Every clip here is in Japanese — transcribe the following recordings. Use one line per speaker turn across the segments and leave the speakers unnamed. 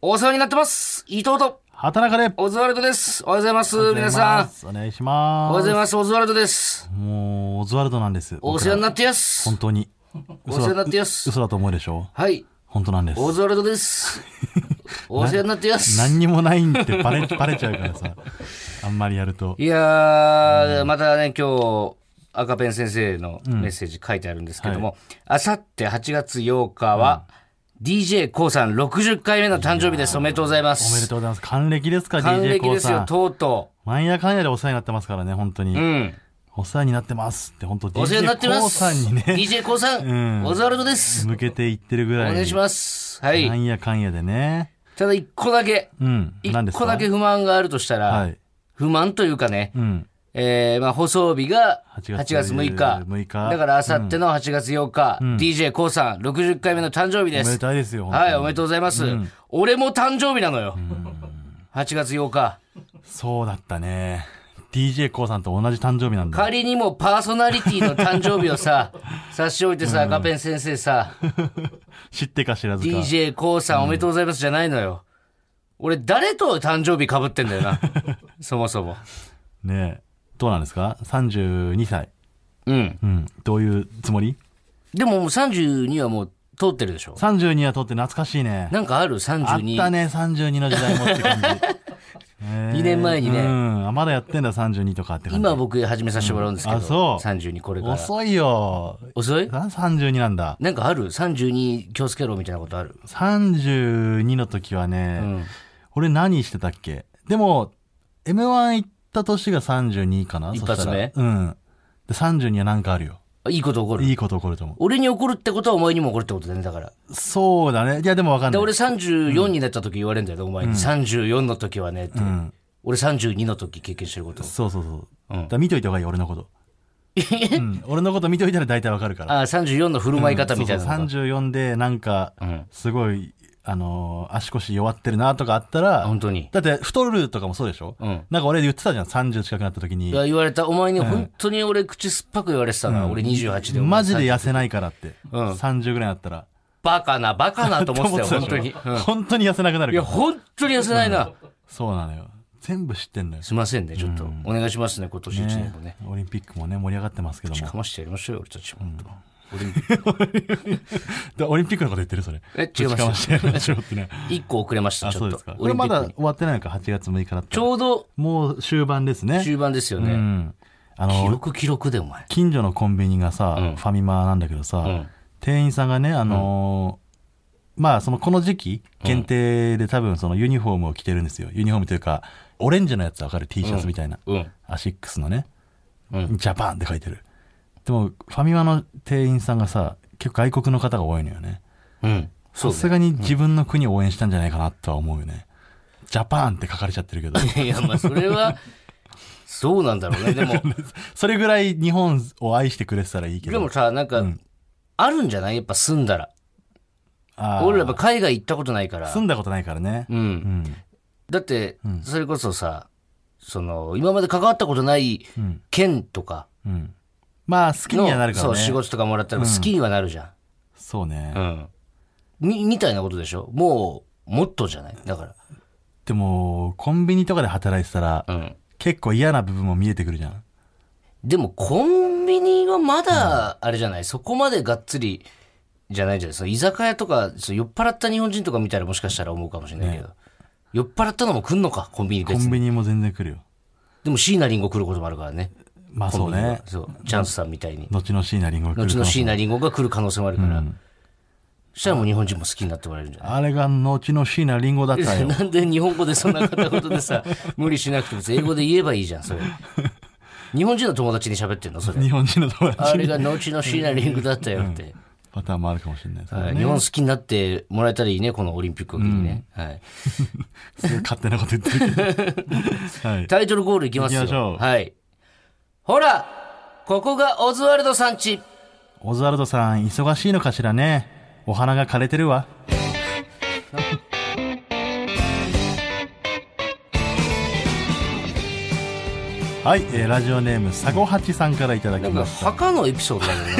お世話になってます。伊藤と、
畑中で。
オズワルドです。おはようございます。皆さん。
ん。お願いします。
おはようございます。オズワルドです。
もう、オズワルドなんです。
お世話にな
っ
ってやす
本。当に。
お世話になってます
嘘だ嘘だと思うでしょ
はい。
本当なんです。
オズワルド です。お世話になってやす。
何にもないんってバレ、 バレちゃうからさ。あんまりやると。
いやー、またね、今日、赤ペン先生のメッセージ書いてあるんですけども、あさって8月8日は、d j k o さん60回目の誕生日です。おめでとうございま。
おめですとうございます。還暦ですか、
還
DJ
暦
k o
です
さ
よ、
ん。
とうと
なんやかんやでお世話になってますからね、本当
う。う
に。
ん。
お世話になってますって、本当
お世話にな
DJ
って
k
ま
o
す。
さんにね、
DJ コウさん、
うん
オズワルドです。
向けていってるぐ
お
らい。
願いします。は。
ないんやかんやでね。
ただ一個だけ、
うん。
一
何ですか
個だけ不満があるとしたら、
はい。
不満というかね、
うん。
えー、まあ放送日が
8
8
月
月6日。
6日
だからあさっての8月8日、d j k o さん60回目の誕生日
お
で。
めですたいですよ。本当に
はい、おめでとうございます。俺も誕生日なのよ。8月8日。
そうだったね。DJ k o さんと同じ誕生日なんだ。
仮にもパーソナリティの誕生日を さ、差し置いてさ、赤ペン先生さ、
知ってか知らずか。
d j k o さんおめでとうございますじゃないのよ。俺、誰と誕生日被ってんだよ な。そもそも。
ねえどうなんですか ?32 歳。
うん。
うん。どういうつもり
でももう32はもう通ってるでしょ
?32 は撮って懐かしいね。
なんかある
あっ
?32。
たね、32の時代もっ て感じ。
二年前にね
うん。あまだやってんだ、32とかって感じ。
今僕始めさせてもらうんですけど。
うんあそう
32これから。
遅いよ。
遅い
な32なんだ。
なんかある ?32 気をつけろみたいなことある
32の時はね、
ん
俺何してたっけでも、M1 行った年が32かな
一発目
そしたらうん。で、32はなんかあるよ。
あいいこと起こる。
いいこと起こると思
俺に怒るってことはお前にも怒るってことだね、だから。
う。そうだね。いや、でもわかん
で、
ない。
俺34になった時言われるんだよね、お前に。34の時はねって。
ん
俺32の時経験してること。
そうそうそう。
うん
だから見といた方がいいよ、俺のこと。うん、俺のこと見といたら大体わかるから。
あ34の振る舞い方みたいなのが。
そうそう34で、なんか、
ん
すごい、あのー足腰弱ってるなとかあったら、
本当に。
だって太るとかもそうでしょ、
うん
なんか俺言ってたじゃん、30近くなった時に
い。や言われた。お前に本当に俺口酸っぱく言われてたな。俺28で。
マジで痩せないからって。
ん
30ぐらいになったら。
バカな、バカなと思ってたよ、
と
本
思
当
ってたで
に。
しょ
うん
本当に痩せなくなる
い
か
や、
ら。
本当に痩せないな。
そうなのよ。全部知ってんのよ。
すいませんね、ちょっと。お願いしますね、今年1年もね。
オリンピックもね、盛り上がってますけども。
かましてやりましょうよ、俺たちも。
だオリンピックのこと言ってるそれ。
え違います
ぶちかましてやりましょうってね。
1個遅れました、
あ、
ちょ
そう
っ
で
と
すか。。
オ
こ
リ
れ
ンピ
ま
ッ
だ
クに
終わってないのか、8月6日だっ
ち
たら。
ょうど
もう終盤ですね。
中盤ですよ
う
ね。
ん。あ
記
の、
録記録で、お前。
近所のコンビニがさ、
うん
ファミマなんだけどさ、
ん
店員さんがね、あのーまあ、その、この時期限定で多分そのユニフォームを着てるんですよ。ユニフォームというか、オレンジのやつわかる ?T シャツみたいな。
うん。
アシックスのね、
うん
ジャパンって書いてる。でも、ファミマの店員さんがさ、結構外国の方が多いのよね。
うん。そう
さ
ね
すがに自分の国を応援したんじゃないかなとは思うよね。ジャパンって書かれちゃってるけど。
いや、まあ、それは、そうなんだろうね。でも、
それぐらい日本を愛してくれてたらいいけ
で
ど。
もさ、なんか、あるんじゃないやっぱ住んだら。
あー
俺らやっぱ海外行ったことないから。
住んだことないからね。
う。
うんん。
だって、それこそさ、その、今まで関わったことない
うん
県とか
うん。まあ、好きに
の、
はなるから
そ
ね。
う、仕事とかもらったら好きにはなるじゃん。
そうね。
うん。み、みたいなことでしょもう、もっとじゃないだか
でも、コンビニとかで働いてたら、
ら。うん。
結構嫌な部分も見えてくるじゃん。
でも、コンビニはまだ、あれじゃない、そこまでがっつり、じゃないじゃないその居酒屋とか、その酔っ払った日本人とか見たらもしかしたら思うかもしれないけど。酔っ払ったのも来んのか、コンビニ
コ
別
ン
に。
ビニも全然来るよ。
でも、椎名林檎来ることもあるからね。
まあそう
コンビニ
ね
は。そう。チャンスさんみたいに。
後の椎名林檎が来る
後
か
の
も
椎名林檎が来る可能性もあるから。そしたらもう日本人も好きになってもらえるんじゃない
あれが後の椎名林檎だったよ。
なんで日本語でそんな片言で さ、無理しなくても英語で言えばいいじゃん、それ。日本人の友達に喋ってんのそれ。
日本人の友
あ
達
れ
に
が後のシーナリングだったよって。
パターンもあるかもしれないですね。
はい日本好きになってもらえたらいいね、このオリンピックを機にね。はい
すごい勝手なこと言ってるけ ど。はい。
タイトルゴールいきます
行きましょ
よ。
う
はい。ほらここがオズワルドさんち
オズワルドさん、忙しいのかしらね。お花が枯れてるわ。はい、えーラジオネーム、サゴハチさんからいただき
なんか、
ました。
墓のエピソードだね。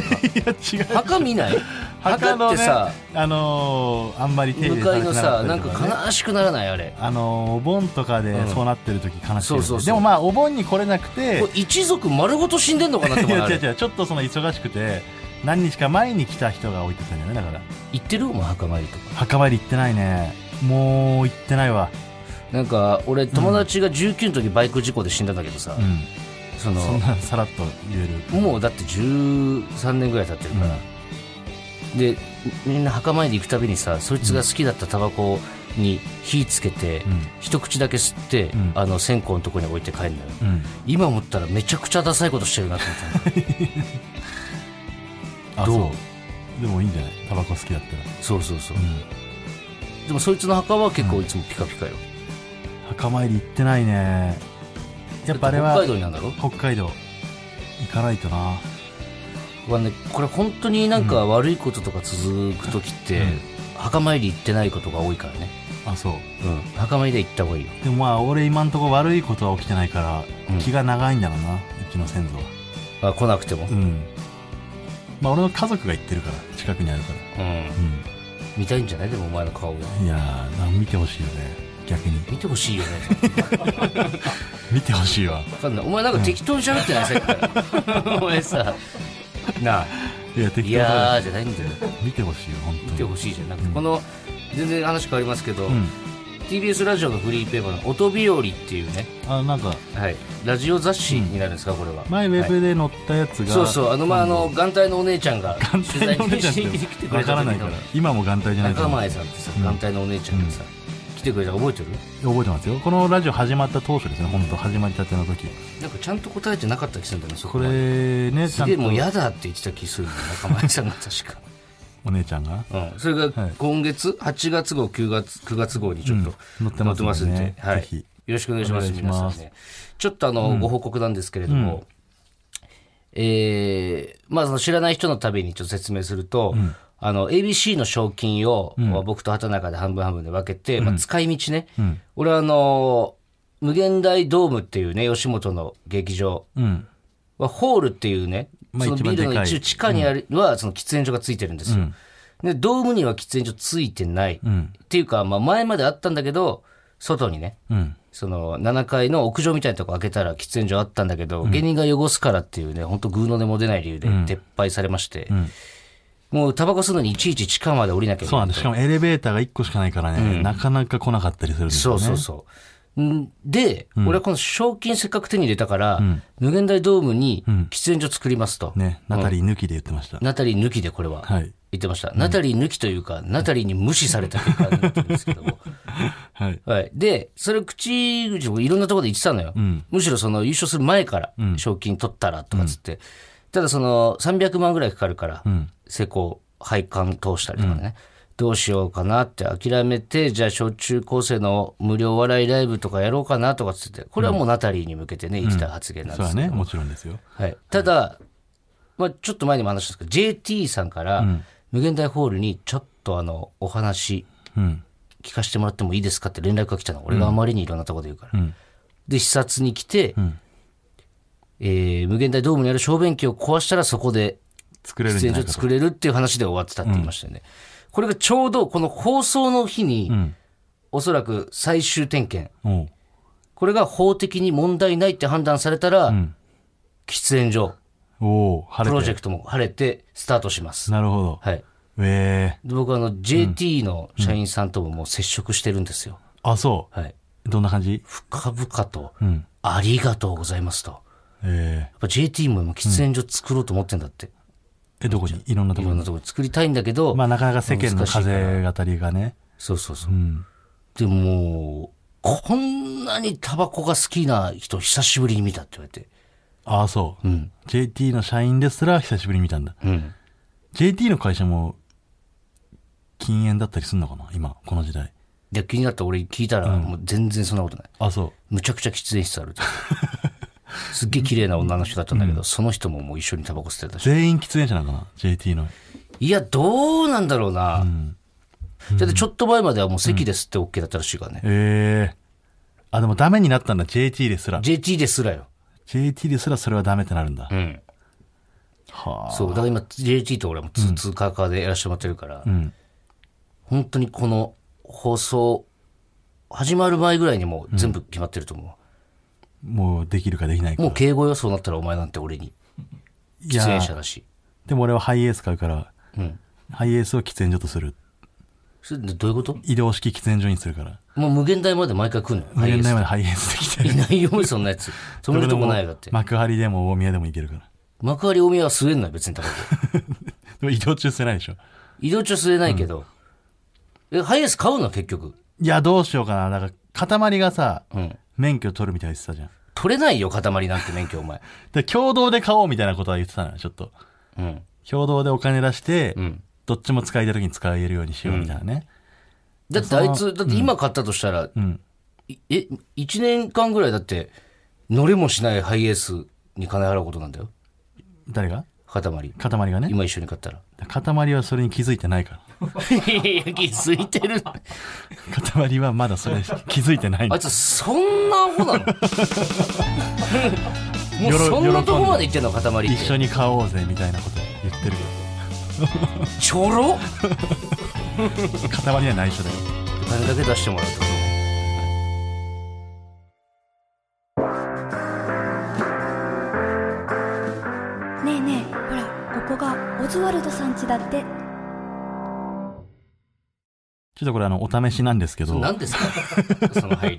なんか
いや、違う。
墓見ない墓ってさ、
あのーあんまり手入
向
れさ
か
れ
い
て
の
なか
さ
っ
な
た
ん
りとか、ね、
か悲しくならないあれ
あのーお盆とかでそうなってる時悲しいよね、
そうそうそう
でもまあお盆に来れなくて
これ一族丸ごと死んでんのかなって
い
思う
や
あ
違う
れ
違うちょっとその忙しくて何日か前に来た人が置いてたんだよねだから
行ってるお前墓参りとか
墓参り行ってないねもう行ってないわ
なんか俺友達が19の時バイク事故で死んだんだけどさ、
うん
そ
そん
の
なさらっと言える
もうだって13年ぐらい経ってるから、でみんな墓参り行くたびにさそいつが好きだったタバコに火つけて、
うん
一口だけ吸って、
ん
あの線香のとこに置いて帰るのよ
うん、うん、
今思ったらめちゃくちゃダサいことしてるなと思っ たの
あ
どう
そうでもいいんじゃないタバコ好きだったら、
そうそうそう、
うん、
でもそいつの墓は結構いつもピカピカよ、
墓参り行ってないねやっぱあれは
だって北海道になんだろ
北海道行かないとな
はねこれ本当になんか悪いこととか続く時って、
うん
墓参り行ってないことが多いからね、
あそう
うん、墓参りは行った方がいいよ
でもまあ俺今んとこ悪いことは起きてないから、
うん
気が長いんだろうなうちの先祖は
あ来なくても
う、んまあ俺の家族が行ってるから近くにあるか
うん
ら、う
見たいんじゃないでもお前の顔が
ん、いやーなん見てほしいよね逆に
見てほしいよね
見てほしいわ
わかんないお前なんか適当に喋ってないさっきからお前さなあ
いや適
い
当だ
や
か
ーじゃないんだよ
ら見てほしいよ本当に
見てほしいじゃなくて、この全然話変わりますけど、
うん
TBS ラジオのフリーペーパーの「音日和」っていうね、
あなんか
はい、ラジオ雑誌になるんですか、これは
前ウ
は
ェ
い
ブで載ったやつが、
そうそうあのまああの眼帯のお姉ちゃんが
眼
取
帯
材
のお姉
に
ちゃんっ
しに 来て
て
くれ
わか
た
らな
時
いか
の
ら今も眼帯じゃないと
仲
思う
間江さんってさ眼帯のお姉ちゃんがさ、来てくれたの覚えてる
覚えてますよこのラジオ始まった当初ですね本当始まりたての時
なんかちゃんと答えてなかった気するんだよねそ
こ
まです
れねち
す
ゃん
げえも
と
う嫌だって言ってた気するんだよ仲間江さんが確か。
お姉ちゃんが
うん、それが
はい
今月、8月号9月9月号にちょっと
うん載ってますんで
載って
ね
はい、
ぜひ
よろしくお願いします
お願いしま
皆さ
す
んねちょっとあの、ご報告なんですけれども、えーまあその知らない人のためにちょっと説明すると、あの ABC の賞金を、僕と畑中で半分半分で分けて、まあ、使い道ね、俺はあの無限大ドームっていうね吉本の劇場
うん
はホールっていうね、
まあ
その
一
ビ
番
ル
で
の
かい
一応地下にある、はその喫煙所がついてるんですよ。で、ドームには喫煙所ついてない。
うん
っていうか、まあ前まであったんだけど、外にね、
うん
その7階の屋上みたいなとこ開けたら喫煙所あったんだけど、芸人が汚すからっていうね、本当グーの音も出ない理由で撤廃されまして、もうタバコ吸うのにいちいち地下まで降りなきゃいけ
そう
な
ないんですしかもエレベーターが1個しかないからね、なかなか来なかったりするんです
そ
よ
う
ね
そうそう。んで、俺はこの賞金せっかく手に入れたから、無限大ドームに喫煙所作りますと。
ねナタリー抜きで言ってました、
ナタリー抜きでこれは。
はい
言ってました。ナタリー抜きというか、ナタリーに無視された結果になったんですけど も。
はい
はい。で、それ口々もいろんなところで言ってたのよ。むしろその優勝する前から、賞金取ったらとかつって。ただその300万ぐらいかかるから、成功、配管通したりとかね。どうしようかなって諦めて、じゃあ小中高生の無料お笑いライブとかやろうかなとかつって、これはもうナタリーに向けてね、言ってた発言なん
そ
で
う
す
だねもちろんですよ
はい、ただ、まあ、ちょっと前にも話したんですけど JT さんから、無限大ホールにちょっとあのお話
うん
聞かせてもらってもいいですかって連絡が来たの俺があまりにいろんなところで言うから、で視察に来て、えー無限大ドームにある小便器を壊したらそこで
作れるん
喫
じゃ
煙
ない
所
かと
作れるっていう話で終わってたって言いましたよね、これがちょうどこの放送の日に、おそらく最終点検
おう
これが法的に問題ないって判断されたら、喫煙所
おう晴
プロ
れて
ジェクトも晴れてスタートします。
なるほど
はい。
ええ
で僕あの JT の社員さんとももう接触してるんですよ。
あそ
はい。
うどんな感じ
深々と、ありがとうございますと。や
え
っぱ JT も今喫煙所作ろうと思ってんだって。
ーえどこにいろんなと
い
こ
ろんなところ作りたいんだけど、
まあなかなか世間の
難しいから
風当たりがね
そうそうそう。でももう、こんなにタバコが好きな人久しぶりに見たって言われて。
ああそう、JT の社員ですら久しぶりに見たんだ、
ん
JT の会社も禁煙だったりすんのかな今この時代
で、気になった俺聞いたら、もう全然そんなことない。
あそう
むちゃくちゃ喫煙室 あるってすっげえ綺麗な女の人だったんだけど、その人ももう一緒にタバコ吸ってたし
全員喫煙者なのかな JT の
いやどうなんだろうな、だってちょっと前まではもう席ですって OK だったらしいからね、
ええあでもダメになったんだ JT ですら
JT ですらよ、
JT ですらそれはダメってなるんだ、
うん、
はあ
そう、だから今、JT と俺もツーツーカーカーでやらせてもらってるから、
ん
本当にこの放送、始まる前ぐらいにもう全部決まってると思。
もうできるかできないうか
もう敬語予想になったらお前なんて俺に、
い
出
や
演者だし。
でも俺はハイエース買うから
うん。
ハイエースを喫煙所とする
それでどういうこと
移動式喫煙所にするから
もう無限大まで毎回来んのよ。
無限大までハイエースで来て
いないよ、 そんなや つ。止めるとこないよ、だって。
幕張でも大宮でも行けるから
幕張大宮は吸えんのよ、別にタバコ。
でも移動中捨てないでしょ
移動中吸えないけど。え、ハイエース買うの、結局。
いやどうしようかなだから塊がさ、
うん。
免許取るみたいに言ってたじゃん
取れないよ、塊なんて免許、お前。
で共同で買おうみたいなことは言ってたのよちょっと
うん。
共同でお金出して、
ん
どっちも使いたい時に使えるようにしようみたいなね、
だってあいつ、だって今買ったとしたら、いえ、1年間ぐらいだって、乗れもしないハイエースに金払うことなんだよ、
誰が
塊。
塊がね
今一緒に買ったら。
塊はそれに気づいてないから
いや、気づいてる。
塊はまだそれ 気づいてない
あいつ、そんなアホ なのもうそんなとこまで行ってんの、塊って
一。緒に買おうぜみたいなこと言ってる
ちょろ
けど塊には内緒だよ
お金だけ出してもらうと。
ねえねえほらここがオズワルドさん家だって
ちょっとこれあのお試しなんですけど
何ですか その入り。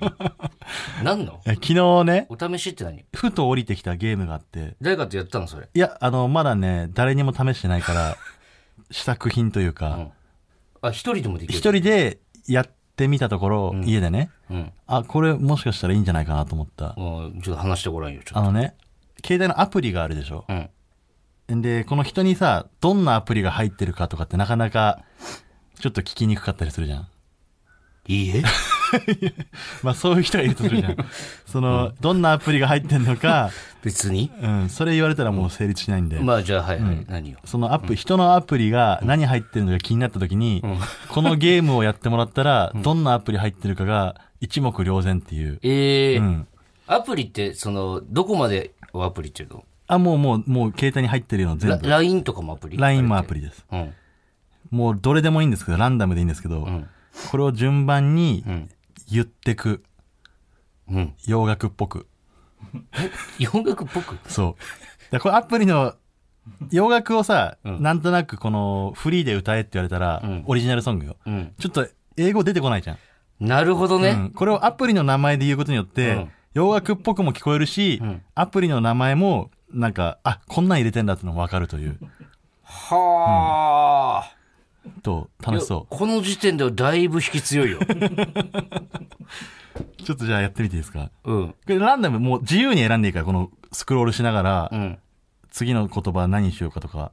何の
え昨日ね
お試しって何
ふと降りてきたゲームがあって
誰かとやったのそれ。
いやあのまだね誰にも試してないから 試作品という
う
か
んあ、一人でもできる。
一、人でやってみたところ、
うん
家でね
うん。
あこれもしかしたらいいんじゃないかなと思った、
うんちょっと話してごらんよ、ちょ
あ
っ
のね携帯のアプリがあるでしょ
と。うん。
で、この人にさ、どんなアプリが入ってるかとかってなかなか、ちょっと聞きにくかったりするじゃん。
いいえ
まあそういう人がいるとするじゃん。その、どんなアプリが入ってんのか、
別に
うん、それ言われたらもう成立しないんで。
まあじゃあ、はいはい。何よ。
そのアプリ、人のアプリが何入ってるのか気になった時に、このゲームをやってもらったら、どんなアプリ入ってるかが一目瞭然っていう。
ええ
うん。
アプリって、その、どこまでをアプリっていうの
あ、もうもう、もう携帯に入ってるの全
ラ
部。
?LINE とかもアプリ
LINE もアプ
リ。
リです。
うん。
もうどれでもいいんですけど、ランダムでいいんですけど、
ん
これを順番に
ん
言ってく。
うん。
洋楽っぽく。
洋楽っぽく
そう。だからこれアプリの、洋楽をさ、
ん
なんとなくこのフリーで歌えって言われたら、
ん
オリジナルソングよ。
うん。
ちょっと英語出てこないじゃん。
なるほどね。
うんこれをアプリの名前で言うことによって、
うん
洋楽っぽくも聞こえるし、
ん
アプリの名前も、なんか、あ、こんなん入れてんだってのもわかるという。
はあ。
と、楽しそ
いやこの時点ではだいぶ引き強い よ。
う。ちょっとじゃあやってみていいですか。
うん。
これランダム、もう自由に選んでいいから、このスクロールしながら、
うん。
次の言葉何にしようかとか。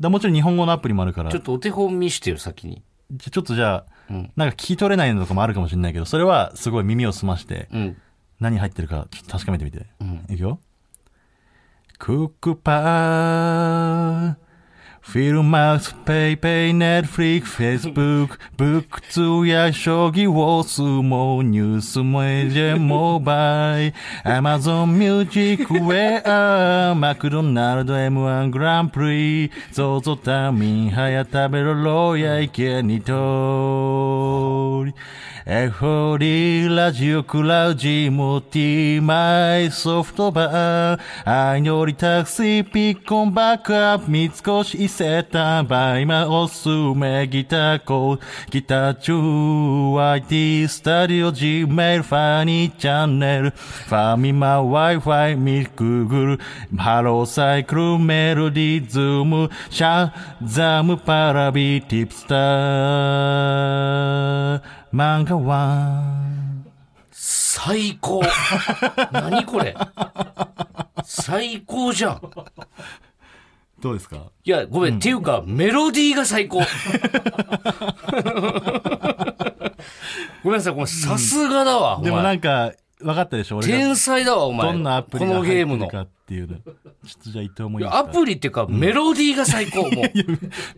だもちろん日本語のアプリもあるから。
ちょっとお手本見してよ、先に。
じゃちょっとじゃあ、
うん
なんか聞き取れないのとかもあるかもしれないけど、それはすごい耳を澄まして、
うん。
何入ってるかちょっと確かめてみて。
うん
いくよ。クックパー、フィルマス、ペイペイ、ネットフリック、フェイスブック、ブックツーや将棋を相撲、ニュースもエジェモバイ、アマゾンミュージックウェア、マクドナルド M1 グランプリ、ゾゾタミン、はや食べろ、ローヤイケニトリ、エホリ、ラジオクラウジ、モティ、マイ、ソフトバー、愛のりタクシー、ピッコンバックアップ、三越伊勢丹、バイマおすすめ、ギターコー、ギターチュー、IT、スタディオ、ジメール、ファニーチャンネル、ファミマ、Wi-Fi、ミルク、グル、ハローサイクル、メロディズム、シャザム、パラビ、ティプスター、漫画ワン。
最 高。何これ。最高じゃん。
どうですか
いや、ごめん。っていうか、メロディーが最 高。ごめんなさい、これさすがだわ。
でも
お前
なんか、分かったでしょ俺が
天才だわ、お前。
どんなアプリ
こ
が
のゲ
入
ーム
っ
の
てる。かっていうの。ちょっとじゃあ伊藤もいいですか
アプリっていうか、メロディーが最高。もう、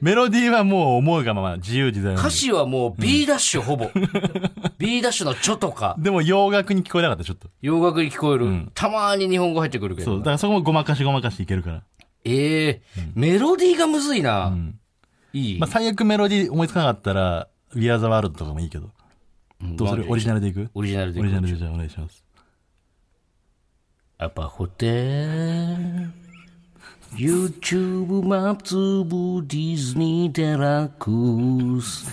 メロディーはもう思うがまま自由自在な
歌
のに
詞はもう B ダッシュほ ぼ。B ダッシュのちょとか、
でも洋楽に聞こえなかった、ちょっと。
洋楽に聞こえる。たまーに日本語入ってくるけど
そう。
な。
だからそこもごまかしごまかしていけるから。
ええメロディーがむずいな。いい、
まあ、最悪メロディー思いつかなかったら、We Are the World とかもいいけど。
うん
どうする
まあ
オリジナルでいく
オリジナルでい
オリジナ
く。
ルでじゃあお願いします。
アパホテル。YouTube マップブディズニーデラック ス。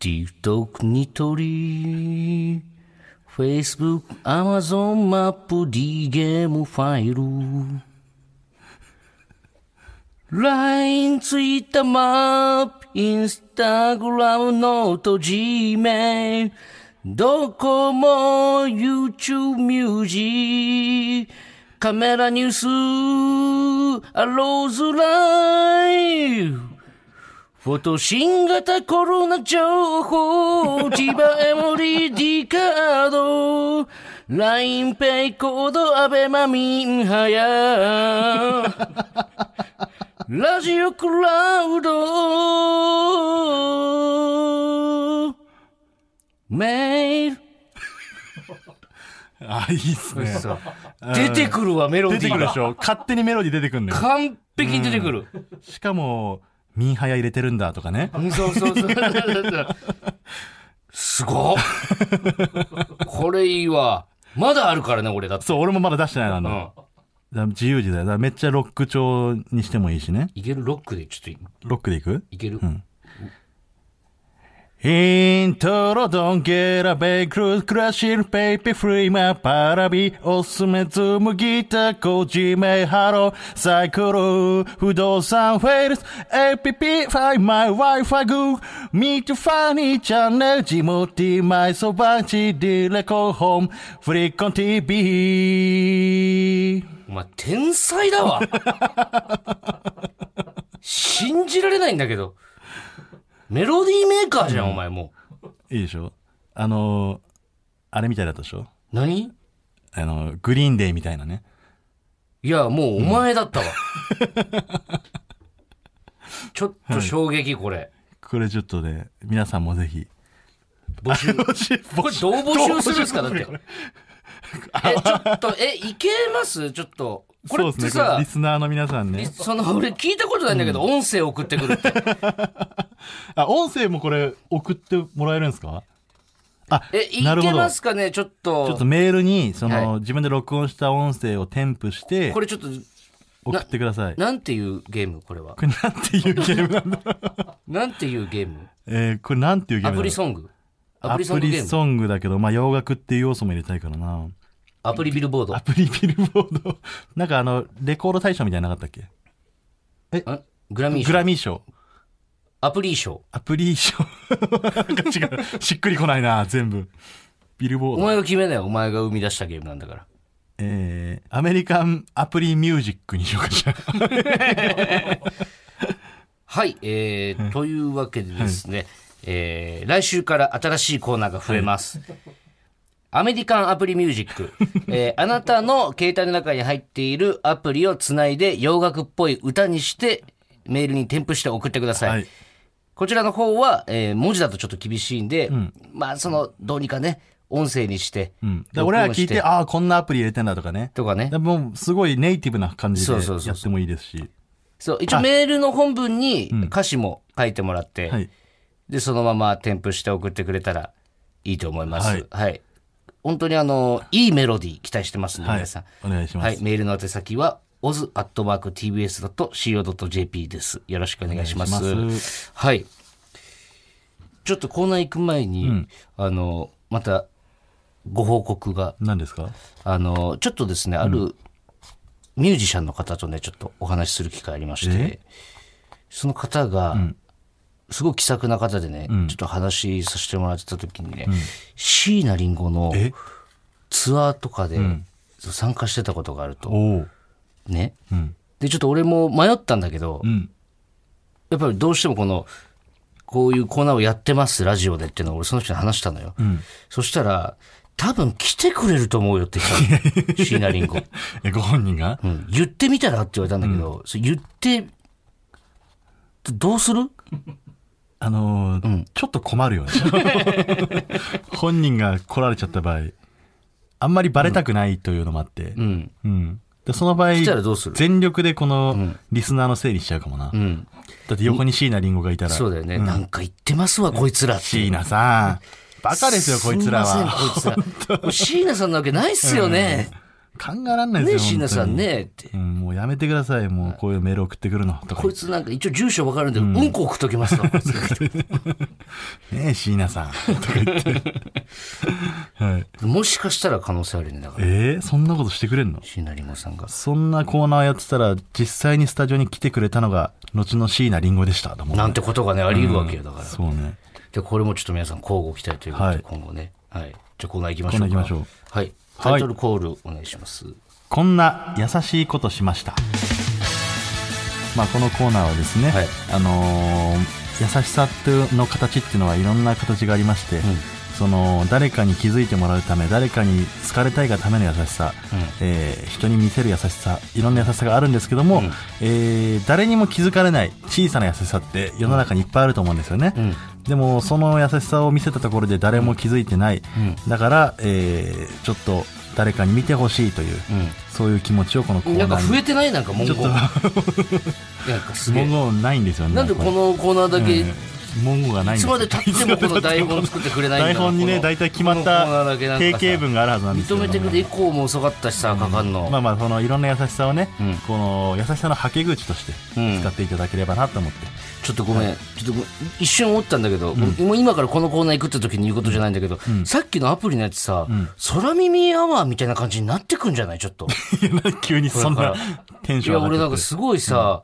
TikTok ニトリ。Facebook、Amazon マップ D ゲームファイル。LINE、Twitter マップ、Instagram、ノート、Gmail、どこも YouTube ミュージカメラニュース、アローズライフ。フォト新型コロナ情報、千葉エモリー D カード、LINEPay コード、アベマミンハヤ。ラジオクラウドメール
あ、いいっすね。
出てくるわ、メロデ
出
ィ
て
ー
くるで
が
し。ょ勝手にメロディー出てくるんだよ。
完璧に出てくる。
しかも、ミンハヤ入れてるんだとかね。
うんそうそうそう。すごっこれいいわ。まだあるからね、俺だって。
そう、俺もまだ出してないのあ
う
の。
ん。
だから自由自在。だからめっちゃロック調にしてもいいしね。
いけるロックで、ちょっとい
ロックでいく
いける、
イントロドンゲラベイクルクラシルペイペフリマパラビおすすめズームギターコジメハローサイクル不動産フェルス APP ファイマイ Wi-Fi グーミートファニーチャンネルジモティマイソバチディレコホームフリコン TV
お前、天才だわ。信じられないんだけど。メロディーメーカーじゃん、お前もう。
いいでしょあのーあれみたいだったでしょ
何
あのーグリーンデーみたいなね
いや、もうお前だったわ。ちょっと衝撃、これ。
これちょっとね皆さんもぜひ
募集。これどう募集するんですかだって。え、ちょっと、え、いけますちょっと。これっ
そうで
て
すねこれ
さ
リ、スナーの皆さんね
その、俺聞いたことないんだけど、音声送ってくるって。
あ音声もこれ送ってもらえるんですかあ
え、い
なるほ
け
ど
ますかねちょっ
ちょっと
と。
メールにその、
は
自分で録音した音声を添付して
これちょっと、
送ってくださいこ
なんていうゲームこれは。
れなんていうゲームなんだ、
なんていうゲーム
えーこれなんていうゲー
アプ
ムだろう
リソングアプリソン
ア
グ
プ
ゲ
リ
ーム
ソングだけど、まあ、洋楽っていう要素も入れたいからな
アプリビルボード
アプリビルボードなんかあのレコード大賞みたいなのなかったっけ
んグラミー
グ
賞
ラミー賞
アプリ賞
アプリ賞なんか違うしっくりこないな全部ビルボー
お
ド
前が決めなよお前が生み出したゲームなんだから
えー、アメリカンアプリミュージックにしようかしら。
はいえーというわけでですね、えー来週から新しいコーナーが増えます、アメリカンアプリミュージック、えーあなたの携帯の中に入っているアプリをつないで洋楽っぽい歌にしてメールに添付して送ってください、
はい。
こちらの方は、えー文字だとちょっと厳しいんで、まあそのどうにかね音声にして、
うん。だから俺ら
録
聞い、
音して
ああ、こんなアプリ入れてんだとかね。
とかね
だからもう、すごいネイティブな感じで
そうそうそうそう
やってもいいですし。
そう一応メールの本文に歌詞も書いてもらって、
はい。
でそのまま添付して送ってくれたらいいと思いますは
はいい、
本当にあのいいメロディー期待してますんで、
はい
皆さん。
お願いします。
はい、メールの宛先は oz.tbs.co.jp です。よろしくお願いします。
お願いしま
はい。ちょっとコーナー行く前に、あの、また、ご報告が、
何ですか
あの、ちょっとですね、あるミュージシャンの方とね、ちょっとお話しする機会ありまして、その方が、すごい気さくな方でね、ちょっと話しさせてもらってた時にね、椎名林檎の
え
ツアーとかでそう参加してたことがあると。
おお。
ね、
ん
でちょっと俺も迷ったんだけど、
うん。
やっぱりどうしてもこのこういうコーナーをやってますラジオでっていうのを俺その人に話したのよ、そしたら多分来てくれると思うよって言って たの椎名林檎、
え、ご本人が
うん、言ってみたらって言われたんだけど、それ言ってどうする
あのーちょっと 困るよね。本人が来られちゃった場合、あんまりバレたくないというのもあって。
うん
うん。でその場合
来たらどうする
全力でこのリスナーのせいにしちゃうかもな、
うん。
だって横に椎名林檎がいたら
そうだよね。なんか言ってますわ、こいつらって。
椎名さんバカですよこいつら
す
は
みません、こいつら。もう椎名さんなわけないっすよね。
考えらんない
ねえ、
です
椎
よ、
名
本当
さ
に
んね。って。
うん、もうやめてくださいもうこういうメール送ってくるのとか
こいつなんか一応住所わかるんで、うんこ送っとき ますわ。こいつ
ねえ椎名さんとか言ってはい
もしかしたら可能性あるね。だから、
えー、そんなことしてくれんの
椎名林檎さんが。
そんなコーナーやってたら実際にスタジオに来てくれたのが後の椎名林檎でしたと思う
なんてことがね、あり得るわけよ。だから。
そうね
で、これもちょっと皆さん交互期待ということ
は
で、
い
今後ね。はい。じゃあコーナー行きましょうか。
コーナー行きましょ
はい。タイトルコールお願いします。
こんな優しいことしましたまあこのコーナーはですね、
はい
あのー優しさっていうの形っていうのはいろんな形がありまして、その誰かに気づいてもらうため誰かに好かれたいがための優しさ、
うん
えー人に見せる優しさいろんな優しさがあるんですけども、
うん
えー誰にも気づかれない小さな優しさって世の中にいっぱいあると思うんですよね、
うん。
でもその優しさを見せたところで誰も気づいてない、
うん。
だから、えーちょっと誰かに見てほしいというそういう気持ちをこのコー
なん
ナ
か増
ー
えてないなんか文
にちょ
言。
っと
なんかすげえ
文。言ないんですよね
なんでこ
れ
のコーナーだけ、
うん文言がない
いつ
んです
ま
よ
で経ってもこの台本作ってくれないん だ
台本にね
この
大体決まっ
このコーナー
た
だけなんかさ
定型文があるはずなんですけ
認
ど
めてくれ以降も遅かったしさかかんの、
まあまあそのいろんな優しさをね、
うん
この優しさのはけ口として
うん
使っていただければなと思って、
ちょっとごめん、ちょっとごめん一瞬思ったんだけど、もう今からこのコーナー行くって時に言うことじゃないんだけど、さっきのアプリのやつさ、空耳アワーみたいな感じになってくんじゃないちょっ と
急にそんな
これ
テン
い
ショ
や
ン上
俺
が
な
っ
んか
ちゃって
すごいさ、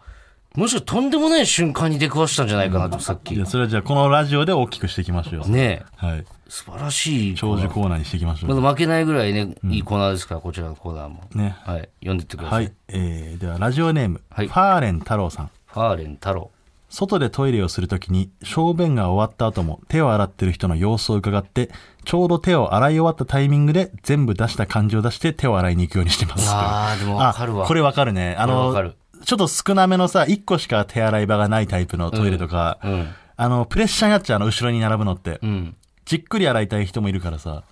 もしかしたらとんでもない瞬間に出くわしたんじゃないかなと、さっき
いやそれはじゃあこのラジオで大きくしていきましょうよ、
ねえ
はい、
素晴らしい
長寿コーナーにしていきましょう
まだ負けないぐらいね、いいコーナーですからこちらのコーナーも、
ね
はい読んでってくださ、
はいい、えー、ではラジオネーム、
はい
ファーレン太郎さん
ファーレン太郎
外でトイレをするときに小便が終わった後も手を洗ってる人の様子を伺ってちょうど手を洗い終わったタイミングで全部出した感じを出して手を洗いに行くようにしてます
あーでもわかるわ
あこれわかるねあ
これ
の
わかる
ちょっと少なめのさ1個しか手洗い場がないタイプのトイレとか、
うん
あのプレッシャーになっちゃうあの後ろに並ぶのって、
うん
じっくり洗いたい人もいるからさ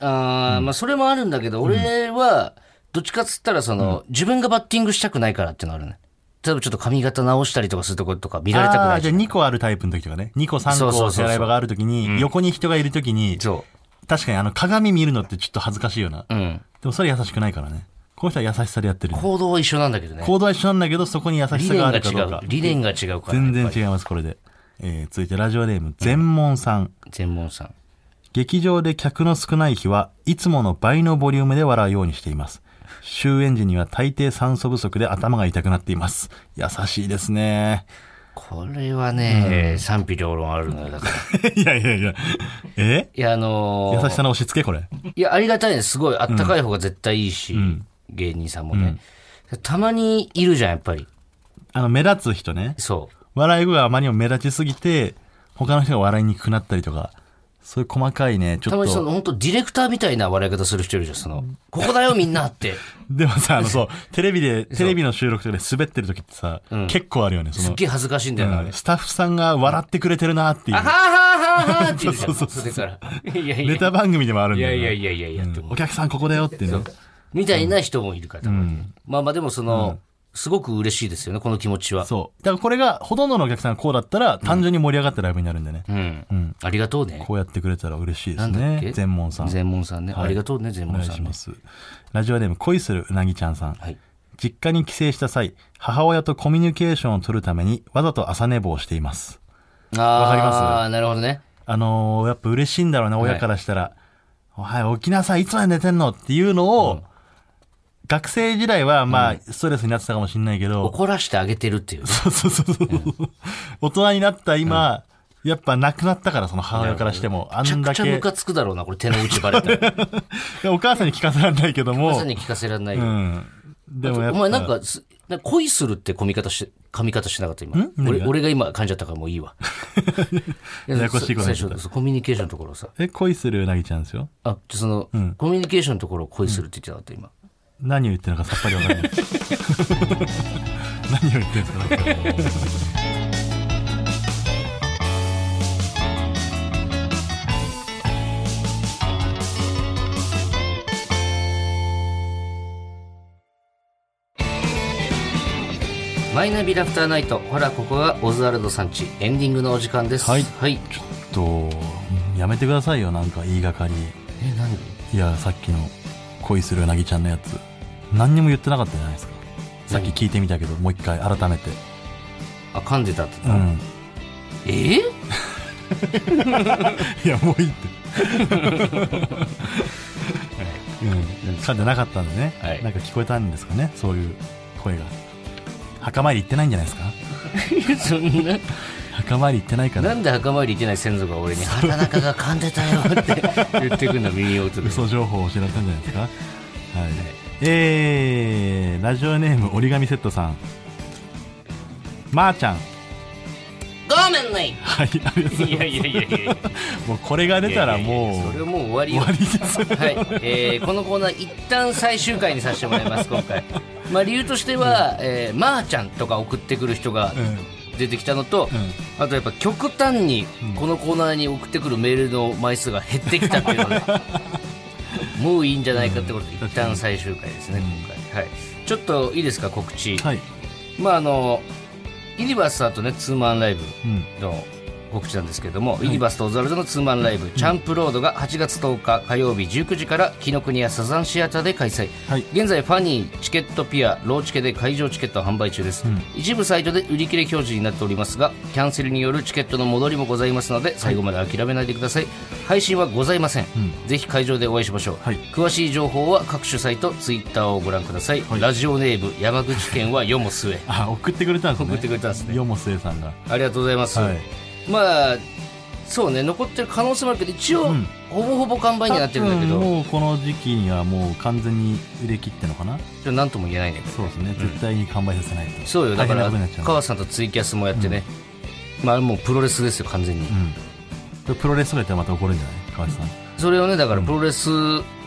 あーまあそれもあるんだけど、俺は、どっちかっつったら、その、自分がバッティングしたくないからっていうのあるね。例えばちょっと髪型直したりとかするとことか見られたく
あ
な
ー
い
じゃあ2個あるタイプの時とかね2個
そう
3
そうそう
個
そう
手洗い場がある時に横に人がいる時に
そ
確かにあの鏡見るのってちょっと恥ずかしいよ
う。
な、
うん。
でもそれ優しくないからね。この人は優しさでやってる。
行動は一緒なんだけどね。
行動は一緒なんだけど、そこに優し
理
さ
念
があ
が
るかどう
違う
か。。
理念が違うから。
全
や
然
っぱ
違い
り。
ます、これで。えー、続いてラジオネーム、全門さん。
全問さん。
劇場で客の少ない日はいつもの倍のボリュームで笑うようにしています。終演時には大抵酸素不足で頭が痛くなっています。優しいですね。
これはね、賛否両論あるのよ。だから。い
いやいやいや。え
や、あのー
優しさの押し付けこれ。
いや、ありがたいです。すごい、あったかい方が絶対いいし、芸人さんもね。たまにいるじゃん、やっぱり。
あの、目立つ人ね。
そう。
笑い声があまりにも目立ちすぎて、他の人が笑いにくくなったりとか、そういう細かいね、ちょ
たま
っ
にそ
と。
の本当ディレクターみたいな笑い方する人いるじゃんその「ここだよみんな」って
でもさ、あ の、そう、テレビで、テレビの収録とかで滑ってる時ってさ、結構あるよね、そ
すっ
の、
げえ恥ずかしいんだよなあれ
スタッフさんが笑ってくれてるなってい
あは
う。
ははははって言うじゃんそれからいやいや
ネタ番組でもあるん
い
だ
や
よ。
いやいやいやいやって思う
お客さんここだよってね。
みたいな人もいるからたまにまあまあでもそのすごく嬉しいですよねこの気持ちは
そう。だからこれが、ほとんどのお客さんがこうだったら、単純に盛り上がったライブになるんでね。
うんありがとうね
こうやってくれたら嬉しいです
なんだっけ
ね。全門さん。
全門さんね
い
ありがとうね全
お
門
願い
さ
し
んね
ます。ラジオネーム、恋するうなぎちゃんさん。
はい
実家に帰省した際、母親とコミュニケーションを取るために、わざと朝寝坊しています。わかります
ああなるほどね
あのーやっぱ嬉しいんだろうね、
い
親からしたら。おはい、起きなさい、いつまで寝てんのっていうのを、学生時代は、まあ、ストレスになってたかもしれないけど、
怒らしてあげてるっていうね
そうそうそうそう。大人になった今、やっぱなくなったから、その母親からしても。あ
めちゃ
ん
く
だ
ちゃム
け。
カつくだろうなこれ手の内バレたら
お母さんに聞かせられないけど
ま
も
さ。に聞かせられないうよ
ん。でもやっぱ。
お前なんかす、なんか恋するって込み方し、噛み方しなかった今。俺俺が今感じちゃったからもういいわ。や
ややこしいこ
最
とになっちゃった
初、そうコミュニケーションのところをさ。
え、恋するうなぎちゃんですよ。
あ、じゃあその、コミュニケーションのところを恋するって言ってなかった
何を言ってるのかさっぱりわ からない。何を言ってるのかさっぱりわからない。
マイナビラフターナイトほらここがオズワルドさんちエンディングのお時間です
はい
はい、
ちょっとやめてくださいよなんか言いがかり
え何
いやさっきの恋するうなぎちゃんのやつ何にも言ってなかったじゃないですかさっき聞いてみたけどもう一回改めて
あ噛んでたって
う
な、
ん
え ー
いやもういいってうん噛んでなかったんでね、
はい
なんか聞こえたんですかねそういう声が墓参り行ってないんじゃないですか
そんな
墓参り行ってないか
な
ら
んで墓参り行ってない先祖が俺に「畑中が噛んでたよ」って言ってくん の耳を打つ
嘘情報を知られたんじゃな いですかはいえー、ラジオネーム折り紙セットさんまー、ちゃん
ごめんない
はい ありがとうございます
いやいやいやいや
もうこれが出たらもう
それはもう終わり
終
よ
わりです
はい、えーこのコーナー一旦最終回にさせてもらい ます今回まあ理由としては、えー、まー、ちゃんとか送ってくる人が出てきたのと、
う
あとやっぱ極端にこのコーナーに送ってくるメールの枚数が減ってきたっていう ので、もういいんじゃないかってことで一旦最終回ですね、今回、はい、ちょっといいですか告知、
はい、
まああのユニバースさんとねツーマンライブ
うん、
の告知なんですけれども、ユニバースとオズワルドのツーマンライブ、チャンプロードが8月10日火曜日19時から紀ノ国屋サザンシアターで開催、
はい
現在ファニーチケットピアローチケで会場チケットを販売中です、一部サイトで売り切れ表示になっておりますがキャンセルによるチケットの戻りもございますので最後まで諦めないでください配信はございません、ぜひ会場でお会いしましょう、
はい
詳しい情報は各種サイトツイッターをご覧ください、ラジオネーム山口県は世も末
あ送ってくれたんですね
送ってくれたんですね
よもすえさんが
ありがとうございます、
はい
まあそうね残ってる可能性もあるけど一応、
うん
ほぼほぼ完売にはなってるんだけ
多
ど
分もうこの時期にはもう完全に売れ切ってんのかな
ちょなんとも言えないんだけど
そうですね、絶対に完売させないと
そうよだ
大
か
変な
ら
ことになっちゃう
川瀬さんとツイキャスもやってね、まあもうプロレスですよ完全に、
うんこれプロレスとかやったらまた怒るんじゃない川瀬さん
それをねだからプロレス、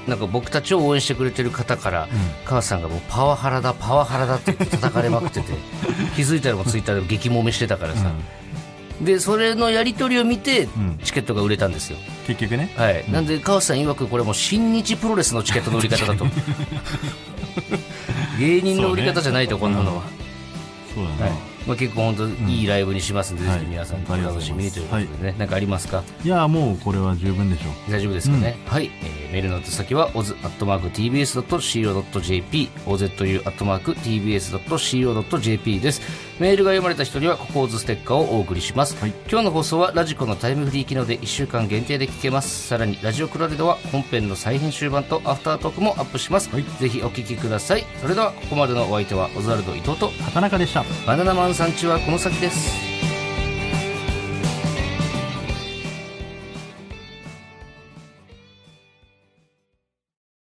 なんか僕たちを応援してくれてる方から、川瀬さんがもうパワハラだパワハラだって言って叩かれまくってて 気づいたらもうツイッターで激揉めしてたからさ、でそれのやり取りを見て、
ん
チケットが売れたんですよ
結局ね
はい、なんで川瀬さん曰くこれもう新日プロレスのチケットの売り方だ と芸人の売り方じゃないとこんなのは、
そうだね、
まあ、結構本当いいライブにしますんで、ぜひ皆さんお
はい
楽しみにということでね、なんかありますか
い、やもうこれは十分でしょう
大丈夫ですかね、はい、えーメールの宛先は oz.tbs.co.jp ozu.tbs.co.jp ですメールが読まれた人にはここオズステッカーをお送りします、
はい
今日の放送はラジコのタイムフリー機能で1週間限定で聞けますさらにラジオクラレドは本編の再編集版とアフタートークもアップします、
はい
ぜひお聞きくださいそれではここまでのお相手はオズワルド伊藤と
畑中でした
バナナマンさんちはこの先です